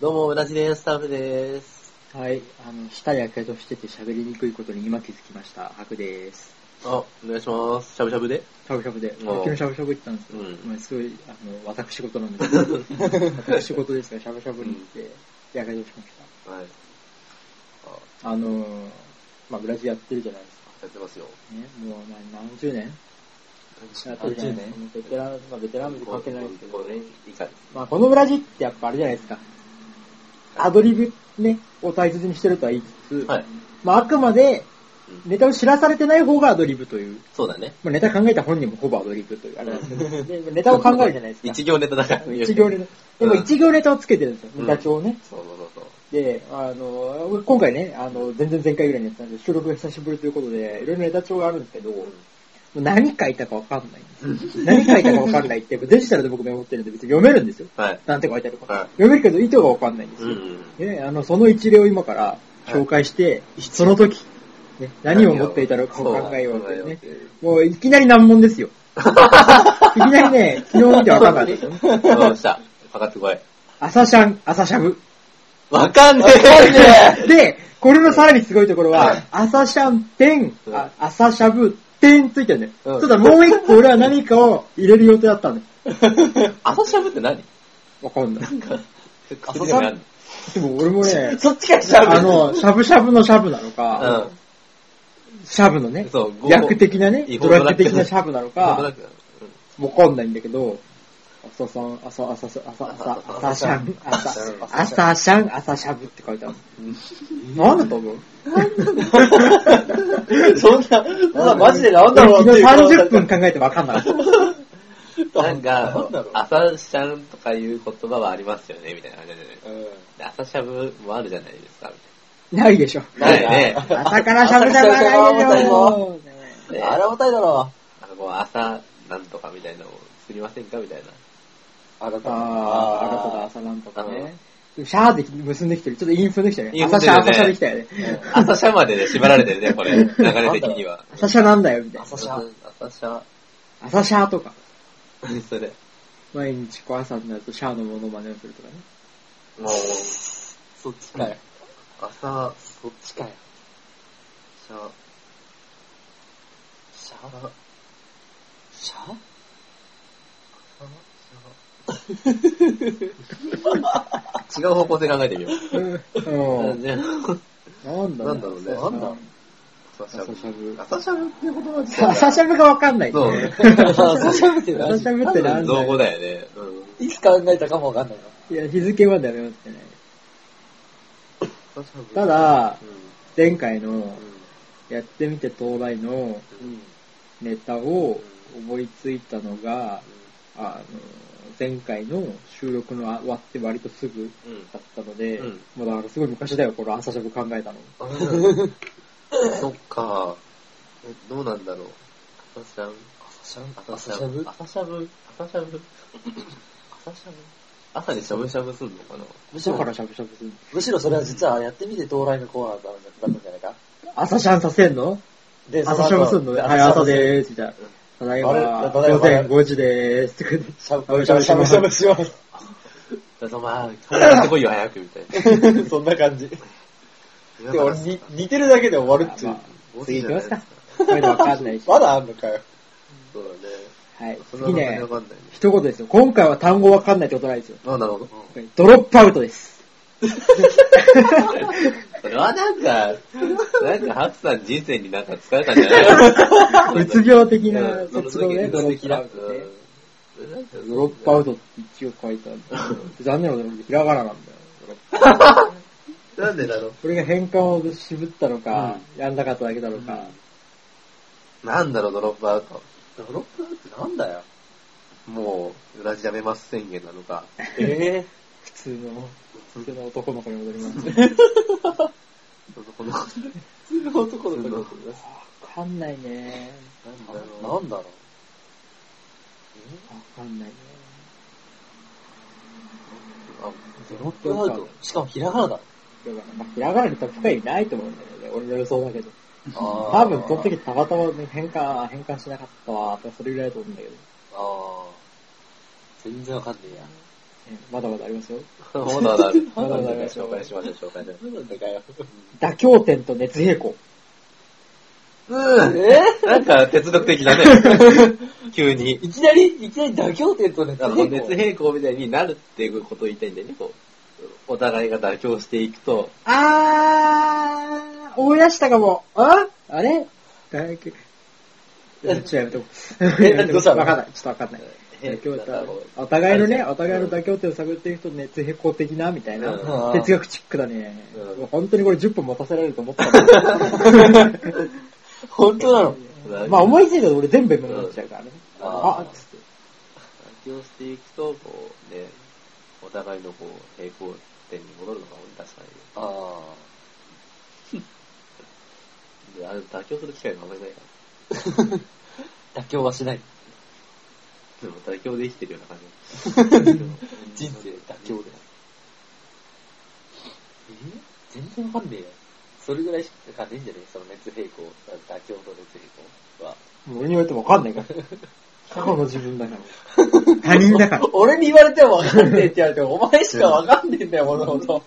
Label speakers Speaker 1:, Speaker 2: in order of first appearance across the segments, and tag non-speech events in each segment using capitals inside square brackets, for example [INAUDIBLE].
Speaker 1: どうも、ブラジリアンスタッフです。
Speaker 2: はい、あの、舌やけどしてて喋りにくいことに今気づきました。ハクです。
Speaker 1: あ、お願いします。しゃぶしゃぶで。
Speaker 2: しゃぶしゃぶで、
Speaker 1: おう
Speaker 2: 昨日しゃぶしゃぶ行ったんですけど、
Speaker 1: うん
Speaker 2: まあすごい、あの、私事なんですけど、
Speaker 1: [LAUGHS]
Speaker 2: 私事ですが、しゃぶしゃぶに行って、やけどしまし
Speaker 1: はい。あ、
Speaker 2: た。あのー、まあ、ブラジルやってるじゃないですか。
Speaker 1: やってますよ。
Speaker 2: ね、もうな何十年やってるじゃないですか。もうベテラン、まあ、ベテランで関係ないですけど
Speaker 1: 5、年以下です。
Speaker 2: まあ、このブラジルってやっぱあれじゃないですか。アドリブね、を大切にしてるとは言いつつ、
Speaker 1: はい。
Speaker 2: まあ、あくまで
Speaker 1: う、ん
Speaker 2: ネタを知らされてない方がアドリブという。
Speaker 1: そうだね。
Speaker 2: まあ、ネタ考えた本人もほぼアドリブという、あれなんですけど、でネタを考えるじゃないですか。
Speaker 1: 一行ネタだから。
Speaker 2: 一行ネタ。でも一行ネタをつけてるんですよ、
Speaker 1: うん
Speaker 2: ネタ帳をね。
Speaker 1: そうそうそう
Speaker 2: で、あの、俺今回ね、あの、全然前回ぐらいのやつなんで、収録が久しぶりということで、いろいろネタ帳があるんですけど、もう何書いたかわかんないんですよ。何書いたかわかんないって、デジタルで僕メモってるんで別に読めるんですよ。
Speaker 1: そう。はい。
Speaker 2: なんて書いてあるか。
Speaker 1: はい
Speaker 2: 読めるけど意図がわかんないんです
Speaker 1: う
Speaker 2: よ。
Speaker 1: ん。
Speaker 2: ね、あの、その一例を今から紹介して、その時、ね、何を持っていたのかを考えようというね
Speaker 1: そう。だよ
Speaker 2: もういきなり難問です
Speaker 1: [LAUGHS]
Speaker 2: よ。いきなりね、昨日見てわかんなかったですよ。
Speaker 1: わかりました。かかってこい。
Speaker 2: 朝シャン、朝シャブ。
Speaker 1: わかんねえ
Speaker 2: で、これのさらにすごいところは、朝シャン、点、あ朝シャブ、点ついてるね。
Speaker 1: うん
Speaker 2: ただもう一個俺は何かを入れる予定だったんだよ。
Speaker 1: 朝しゃぶって何
Speaker 2: わかんない。
Speaker 1: 朝しゃぶって
Speaker 2: でも俺もね、
Speaker 3: そっちからしゃぶ
Speaker 2: あの、しゃぶしゃぶのしゃぶなのか、
Speaker 1: 何
Speaker 2: しゃぶの
Speaker 1: う
Speaker 2: ね
Speaker 1: ん。、そう、
Speaker 2: 役的なね、
Speaker 1: 違法
Speaker 2: ドラッグ的なシ
Speaker 1: ャ
Speaker 2: ャブなの
Speaker 1: ブ [LAUGHS]
Speaker 2: か、わかんないんだけど、朝さん、朝、朝、朝、朝、朝、朝シャン、朝、朝シャン、朝シャブって書いてある。なんだと思う
Speaker 3: そんな、そんなマジでなんだろう
Speaker 2: 昨
Speaker 3: って
Speaker 2: 日
Speaker 3: いう
Speaker 2: 30分考えてわかんなかった。
Speaker 1: なん
Speaker 3: なんだ
Speaker 1: か
Speaker 3: ろう、
Speaker 1: 朝シャンとかいう言葉はありますよね、みたいな感じでね。
Speaker 3: う
Speaker 1: で朝しゃぶもあるじゃないですか。
Speaker 2: ないでしょ。
Speaker 1: ないね。
Speaker 2: 朝からしゃぶしゃぶはないよ。
Speaker 1: で
Speaker 3: ん。 [LAUGHS] あれ重たいだろ。
Speaker 1: なんかこう朝なんとかみたいなのをすりませんかみたいな。
Speaker 3: あな
Speaker 2: ああ、あなただ、朝なんとかね。でもシャーで結んできてる。ちょっとインフできたね。
Speaker 1: 韻踏
Speaker 2: 朝
Speaker 1: んで
Speaker 2: シ
Speaker 1: るね
Speaker 2: ャー、朝シャーできたよね。
Speaker 1: 朝シャまでね、縛られてるね、これ。流れ的には。
Speaker 2: 朝シャなんだよ、みたいな。
Speaker 3: 朝シャ。
Speaker 1: 朝シャ。
Speaker 2: 朝シャーとか。
Speaker 1: 何それ。
Speaker 2: 毎日こう朝になるとシャーのモノマネをするとかね。
Speaker 1: もう、そっちかよ。朝、
Speaker 3: そっちかよ。
Speaker 1: シャ、
Speaker 3: シャシャ
Speaker 1: シャ。違う方向性考えてみよう。
Speaker 2: うん。なんだ
Speaker 1: なんだろうね
Speaker 2: 朝シャブ
Speaker 3: なんだろ
Speaker 1: 朝シ
Speaker 2: 朝シャ
Speaker 1: ャブ。朝シャブって
Speaker 2: ブ
Speaker 1: 言葉自体が
Speaker 2: 朝シャブがわかんないね。
Speaker 1: そう
Speaker 2: [LAUGHS]
Speaker 3: 朝シャブって
Speaker 2: 朝
Speaker 3: 何
Speaker 2: シャブってなんだ
Speaker 1: 造語
Speaker 2: よ。
Speaker 1: だよね。うん。
Speaker 3: いつ考えたかもわかんないよ。
Speaker 2: いや、日付までやめますね。
Speaker 1: 朝シャブ
Speaker 2: た、だ、
Speaker 1: う
Speaker 2: 前回の
Speaker 1: ん。
Speaker 2: やってみて到来の
Speaker 1: うん。
Speaker 2: ネタを思いついたのが、あの、前回の収録の終わって割とすぐ
Speaker 1: うん。
Speaker 2: だったので、
Speaker 1: うん
Speaker 2: もうだからすごい昔だよ、この朝シャブ考えたの。
Speaker 1: そっか。え、どうなんだろう。朝シャブ。
Speaker 3: 朝シャブ
Speaker 1: 朝しゃぶ朝しゃぶ朝しゃぶ
Speaker 3: 朝シャブ
Speaker 1: 朝にしゃぶしゃぶすんのかな
Speaker 3: むし
Speaker 2: だか
Speaker 3: ろ、
Speaker 2: らしゃぶしゃぶする。
Speaker 3: むしろそれは実はやってみて到来のコーナーだったんじゃないか。
Speaker 2: 朝シャンさせんの
Speaker 3: で
Speaker 2: 朝シャブすんのはい、朝でーす、みたいな。ただいま、
Speaker 3: あれ
Speaker 2: 午前5時でーす、とか言って。
Speaker 3: シャ [LAUGHS] ブシャブシャブシャブします。
Speaker 1: だからまあ、やってこいよ、早く、みたい
Speaker 3: [LAUGHS] そんな感じ。
Speaker 1: な。
Speaker 3: で俺に、似てるだけで終わるっつう
Speaker 2: ま。あ次行きますか。こういうのわかんないし。
Speaker 3: まだあんのかよ。
Speaker 1: そうだね。
Speaker 2: はい。
Speaker 1: それはな
Speaker 2: 次ね
Speaker 1: かな、かわかんないね。
Speaker 2: 一言ですよ。今回は単語わかんないってことないですよ。
Speaker 1: あ、なるほど。
Speaker 2: ドロップアウトです。
Speaker 1: それはなんか、なんか、ハクさん人生になんか疲れたんじゃ
Speaker 3: [LAUGHS]
Speaker 1: な
Speaker 2: うつ病的
Speaker 1: い
Speaker 2: な卒業ね、ドロップアウトね。ドロップアウ
Speaker 1: ト。
Speaker 2: トって一応書いてあるんだけど。残念なことにひらがななんだよ。
Speaker 1: なんでだろ
Speaker 2: これが変換を渋ったのか、やんなかっただけなのか。
Speaker 1: う。なんだろう、ドロップアウト。
Speaker 3: ドロップアウトなんだよ。
Speaker 1: もう、裏地やめます宣言なの [LAUGHS] か。
Speaker 3: え
Speaker 2: [LAUGHS] 普通の、普通の男の子に戻ります。
Speaker 1: この、
Speaker 3: ぇ、ー、男の子
Speaker 1: な
Speaker 3: なんん
Speaker 1: だ
Speaker 2: わかんないね。
Speaker 3: ろう。
Speaker 2: わかんないね。
Speaker 3: ドロップアウト。しかもひらがなだ。
Speaker 2: だからまあひらがなに多分深い意味ないと思うんだけどね。俺の予想だけど。
Speaker 3: [LAUGHS] 多
Speaker 2: 多分、その時たまたまね変換、変換しなかったわ、とかそれぐらいだと思うんだけど。
Speaker 3: あー。全然わかんねえや。 [LAUGHS]
Speaker 2: まだまだありますよ。
Speaker 1: まだまだある。
Speaker 2: まだまだありますよ
Speaker 1: 紹介しましょう、紹介しましょう。
Speaker 3: なんでかよ。
Speaker 2: 妥協点と熱平衡。
Speaker 1: うん。
Speaker 3: え
Speaker 1: なんか、哲学的 [LAUGHS] だね。急に。
Speaker 3: いきなり、いきなり妥協点とね、 [LAUGHS]
Speaker 1: あの、熱平衡みたいになるっていうことを言いたいんだよね、こう。お互いが妥協していくと、
Speaker 2: あー、思い出したかも。ああれ大学。いやちょっとや
Speaker 3: え
Speaker 2: め
Speaker 3: 何
Speaker 2: と
Speaker 3: ど
Speaker 2: こ
Speaker 3: うしたの
Speaker 2: わかんない。ちょっとわかんない。
Speaker 1: え
Speaker 2: 妥協点
Speaker 1: なんかこう
Speaker 2: お互いのね、
Speaker 1: うん
Speaker 2: お互いの妥協点を探っていくと熱平衡的な、みたいな。
Speaker 3: うん
Speaker 2: 哲学チックだね
Speaker 1: うん。
Speaker 2: 本当にこれ10分持たせられると思ったの
Speaker 3: 本当なの
Speaker 2: まあ思いついたら俺全部今のっちゃうからね。
Speaker 1: うん
Speaker 2: あ、つって。
Speaker 1: 妥協していくと、こう、ね、お互いのこう、平行点に戻るのが確かに。
Speaker 3: あ
Speaker 1: であの妥協する機会があんまりないから。
Speaker 3: あ。妥協はしない。
Speaker 1: でも妥協できてるような感じ。
Speaker 3: 人生妥協で。え全然わかんねえよ。それぐらいしかねえんじゃねえその熱平衡、妥協と熱平衡は。
Speaker 2: もう俺に言われてもわかんないから。過去の自分だから。他人だ
Speaker 3: [LAUGHS]
Speaker 2: から。
Speaker 3: 俺に言われてもわかんねえって言われても、お前しかわかんねえんだよ、物事。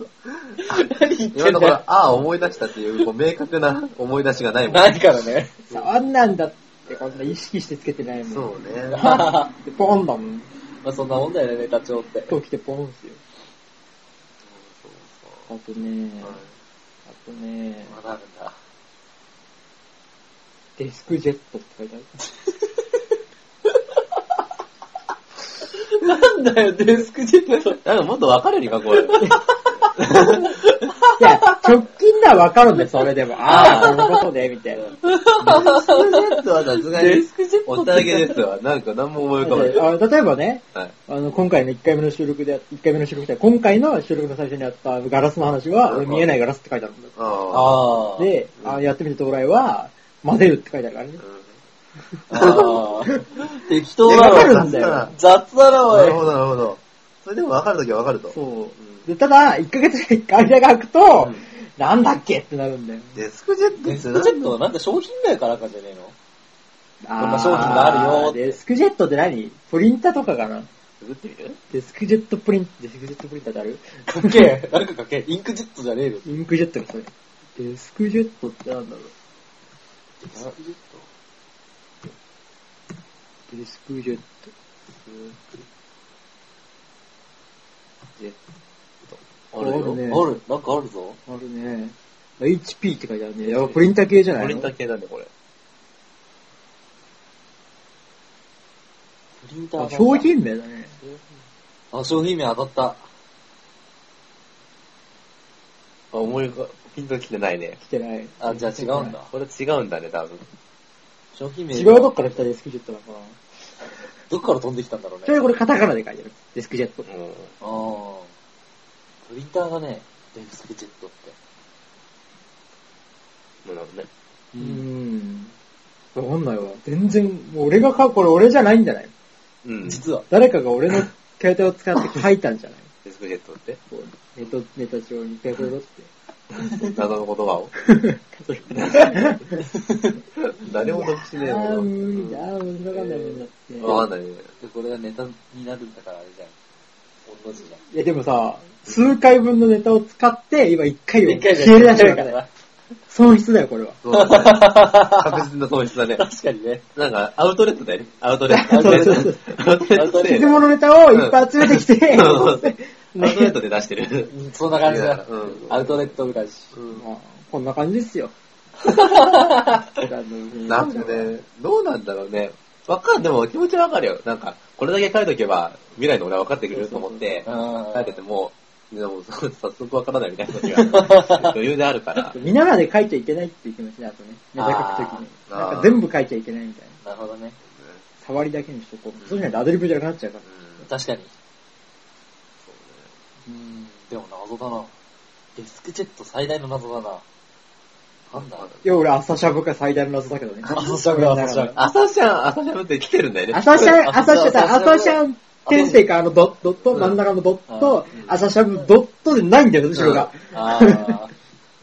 Speaker 3: 何言って
Speaker 1: 今のとこ
Speaker 3: んだ
Speaker 1: ろ、
Speaker 3: よ
Speaker 1: あ。あ、思い出したっていう、こう、明確な思い出しがないもん。
Speaker 3: ないからね。
Speaker 2: そんなんだってこんな意識してつけてないもん。
Speaker 1: そうね。
Speaker 3: [LAUGHS] ま
Speaker 2: で、ポンだもん。
Speaker 3: あそんなもんだよね、ネタ帳って。
Speaker 2: 今日来てポンっすよ。
Speaker 1: そう
Speaker 2: あとね、
Speaker 1: そう。はい
Speaker 2: あとね、
Speaker 3: 学ぶんだ。
Speaker 2: デスクジェットって書いてある。
Speaker 3: なんだよ、デスクジェット。
Speaker 1: なんかもっとわかるよりか、これ。
Speaker 2: いや、直近ならわかるんだよ、それでも。ああ、そういうことね、みたいな。
Speaker 1: ちょっとはさすが
Speaker 3: デ
Speaker 1: に
Speaker 3: ス、クジェット
Speaker 1: お手上げですわ。なんか何も思い浮かばない。
Speaker 2: あ例えばね、
Speaker 1: はい。
Speaker 2: あの、今回の1回目の収録で、1回目の収録で、今回の収録の最初にあったガラスの話は、俺見えないガラスって書いてあるんだよ。
Speaker 1: ああ。
Speaker 3: ああ。
Speaker 2: で、
Speaker 1: うん
Speaker 2: あやってみた到来は、混ぜるって書いてあるからね。
Speaker 3: あー適当
Speaker 2: いや
Speaker 3: だ
Speaker 2: わか
Speaker 3: ろ。
Speaker 2: るんだよ。
Speaker 3: 雑だろ、
Speaker 1: なるほ
Speaker 3: おい。
Speaker 1: ど、なるほど。それでもわかるときはわかると。
Speaker 2: そう。で、ただ、1ヶ月ぐらい間が空くと、
Speaker 1: うん
Speaker 2: なんだっけってなるんだよ。
Speaker 1: デスクジェット
Speaker 3: デ
Speaker 1: って
Speaker 3: ス
Speaker 1: な
Speaker 3: ク
Speaker 1: ん
Speaker 3: ジェットはなんか商品名かなんかじゃねえの
Speaker 2: あー
Speaker 3: こんな商品があるよって
Speaker 2: デスクジェットって何プリンターとかかな
Speaker 1: 作ってみる
Speaker 2: デスクジェットプリン、デスクジェットプリンターってある
Speaker 3: かっけえ。なんかかっけえ。インクジェットじゃねえよ。
Speaker 2: インクジェットがそれ。デスクジェットってなんだろ
Speaker 3: デスクジェット
Speaker 2: うデスクジェット。
Speaker 1: ジェッ
Speaker 3: あるよ。
Speaker 2: あるね
Speaker 3: ある。なんかあるぞ。
Speaker 2: あるね。HP って書いてあるね。やっぱプリンター系じゃ
Speaker 1: ト。
Speaker 2: ない
Speaker 1: プ
Speaker 2: の
Speaker 1: リンター系なんだ、これ。
Speaker 3: プリンターなん
Speaker 2: あ
Speaker 3: だ
Speaker 2: 商品名だね。
Speaker 3: あ、商品名当たっ
Speaker 1: あ、思いが、ピンときてないね。
Speaker 2: 来てない。
Speaker 3: た。あ、じゃあ違うんだ。
Speaker 1: これ違うんだね、多分。
Speaker 3: 商品名。
Speaker 2: 違うとこから来たデスクジェットなのかな。
Speaker 3: どっから飛んできたんだろうね
Speaker 2: ちな。みにこれカタカナで書いてある。デスクジェット。
Speaker 1: うん。
Speaker 3: あープリンターがね、デスクジェットって。
Speaker 1: なるほどね。
Speaker 2: うーん。わかんないわ。全然、もう俺がか、これ俺じゃないんじゃない
Speaker 1: うん。デス
Speaker 3: 実は。
Speaker 2: 誰かが俺の携帯を使って書いたんじゃない
Speaker 1: クジェットって
Speaker 2: こうネタ、ネタ帳にペロペロって。
Speaker 1: 謎の言葉を。誰も得しねえ
Speaker 2: あ
Speaker 1: も
Speaker 2: ー、
Speaker 1: ん
Speaker 2: 無理だ。あー、無理わかんないもんだって。
Speaker 1: な。わかんないね。
Speaker 3: で、これがネタになるんだからあれじゃん。同じじゃん。
Speaker 2: いや、でもさ、数回分のネタを使って、今一回で
Speaker 3: 一回じゃ
Speaker 2: 消え
Speaker 3: ん
Speaker 2: 出してるからね。損失だよ、これは。
Speaker 1: そうだね。確実な損失だね。
Speaker 3: 確かにね。
Speaker 1: なんか、アウトレットだよね。アウトレット。
Speaker 2: そうそうそう
Speaker 1: アウトレットで、
Speaker 2: 傷
Speaker 1: アウ
Speaker 2: 物ネタをいっぱい集めてきて、 [LAUGHS]
Speaker 1: うん
Speaker 2: ね
Speaker 1: トレットで出してる。
Speaker 3: うんそんな感じだ
Speaker 1: う。ん
Speaker 3: アウトレットぐらいし。
Speaker 2: まあこんな感じですよ。
Speaker 1: なんかね、どうなんだろうね。わかる、でも気持ちはわかるよ。なんか、これだけ書いとけば、未来の俺は分かってくれると思って、書いてても、でも、そう早速わからないみたいな時が、余裕であるから。
Speaker 2: [LAUGHS] 見ながら書いちゃいけないっていう気持ちだとね、ネタ書くときに。
Speaker 1: あー
Speaker 2: なんか全部書いちゃいけないみたいな。
Speaker 3: なるほどね。
Speaker 2: 触りだけにしとこう。そうじゃないとアドリブじゃなくなっちゃうから。
Speaker 3: 確かに。うん、でも謎だな。デスクジェット最大の謎だな。なんだ
Speaker 2: いや、俺、朝シャブが最大の謎だけどね。
Speaker 3: 朝シャブ朝シャブ
Speaker 1: 朝シャン、朝シャンって来てるんだよね。
Speaker 2: 朝シャン、
Speaker 3: 朝
Speaker 2: 朝
Speaker 3: シャ
Speaker 2: シ
Speaker 3: ブ
Speaker 2: ャン、朝シャン、点っていうか、あのド、ドット、
Speaker 1: うん
Speaker 2: 真ん中のドット
Speaker 1: う、ん
Speaker 2: 朝シャブ、ドットでないんだよ、後ろが。
Speaker 3: あ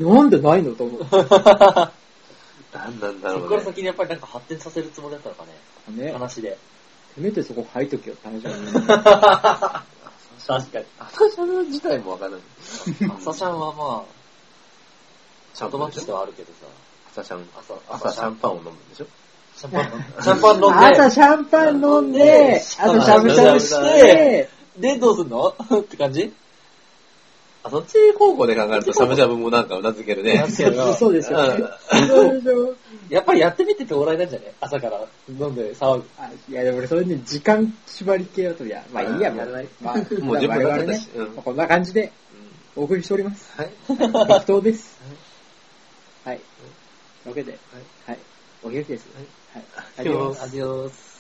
Speaker 3: ー。
Speaker 2: なんでないのと思う。
Speaker 1: なんなんだ
Speaker 3: そ
Speaker 1: ろ
Speaker 3: こ
Speaker 1: う
Speaker 3: から
Speaker 1: ね。
Speaker 3: 先にやっぱりなんか発展させるつもりだったのかね。
Speaker 2: ね、
Speaker 3: 話で。
Speaker 2: せめてそこ書いとけよ、楽しみに。
Speaker 3: 確かに。
Speaker 1: 朝シャン自体もわからない。
Speaker 3: 朝シャンはまあ、
Speaker 1: シャン
Speaker 3: 言
Speaker 1: パン
Speaker 3: 葉
Speaker 1: で
Speaker 3: とし
Speaker 1: してょ
Speaker 3: はあるけどさ。
Speaker 1: 朝シャン、
Speaker 3: 朝、
Speaker 1: 朝シャンパンを飲むんでしょ
Speaker 3: シャンパン飲んで。シャンパン飲ん
Speaker 2: [LAUGHS]
Speaker 3: で
Speaker 2: 朝シャンパン飲んで、朝
Speaker 3: 飲んで
Speaker 2: しゃぶしゃぶして、
Speaker 3: で、どうすんの [LAUGHS] って感じ
Speaker 1: あ、そっち方向で考えると、しゃぶしゃぶもなんかうなずけるね。
Speaker 3: そうだ
Speaker 2: そうですよね。そうでしょ
Speaker 3: やっぱりやってみてっておらいなんじゃね朝から飲んで騒ぐ。
Speaker 2: あいや、でも俺、それね、時間縛り系だと、いや、まあいいや、も。
Speaker 3: やらないう
Speaker 2: まあ、もう
Speaker 1: もう10分経っちゃった
Speaker 2: ね
Speaker 1: し、うん
Speaker 2: まあこんな感じで
Speaker 1: う
Speaker 2: お送りしております。
Speaker 1: んはい。
Speaker 2: 適当です。はい。ロケで、はい。お開きです。はい。
Speaker 3: アディオス。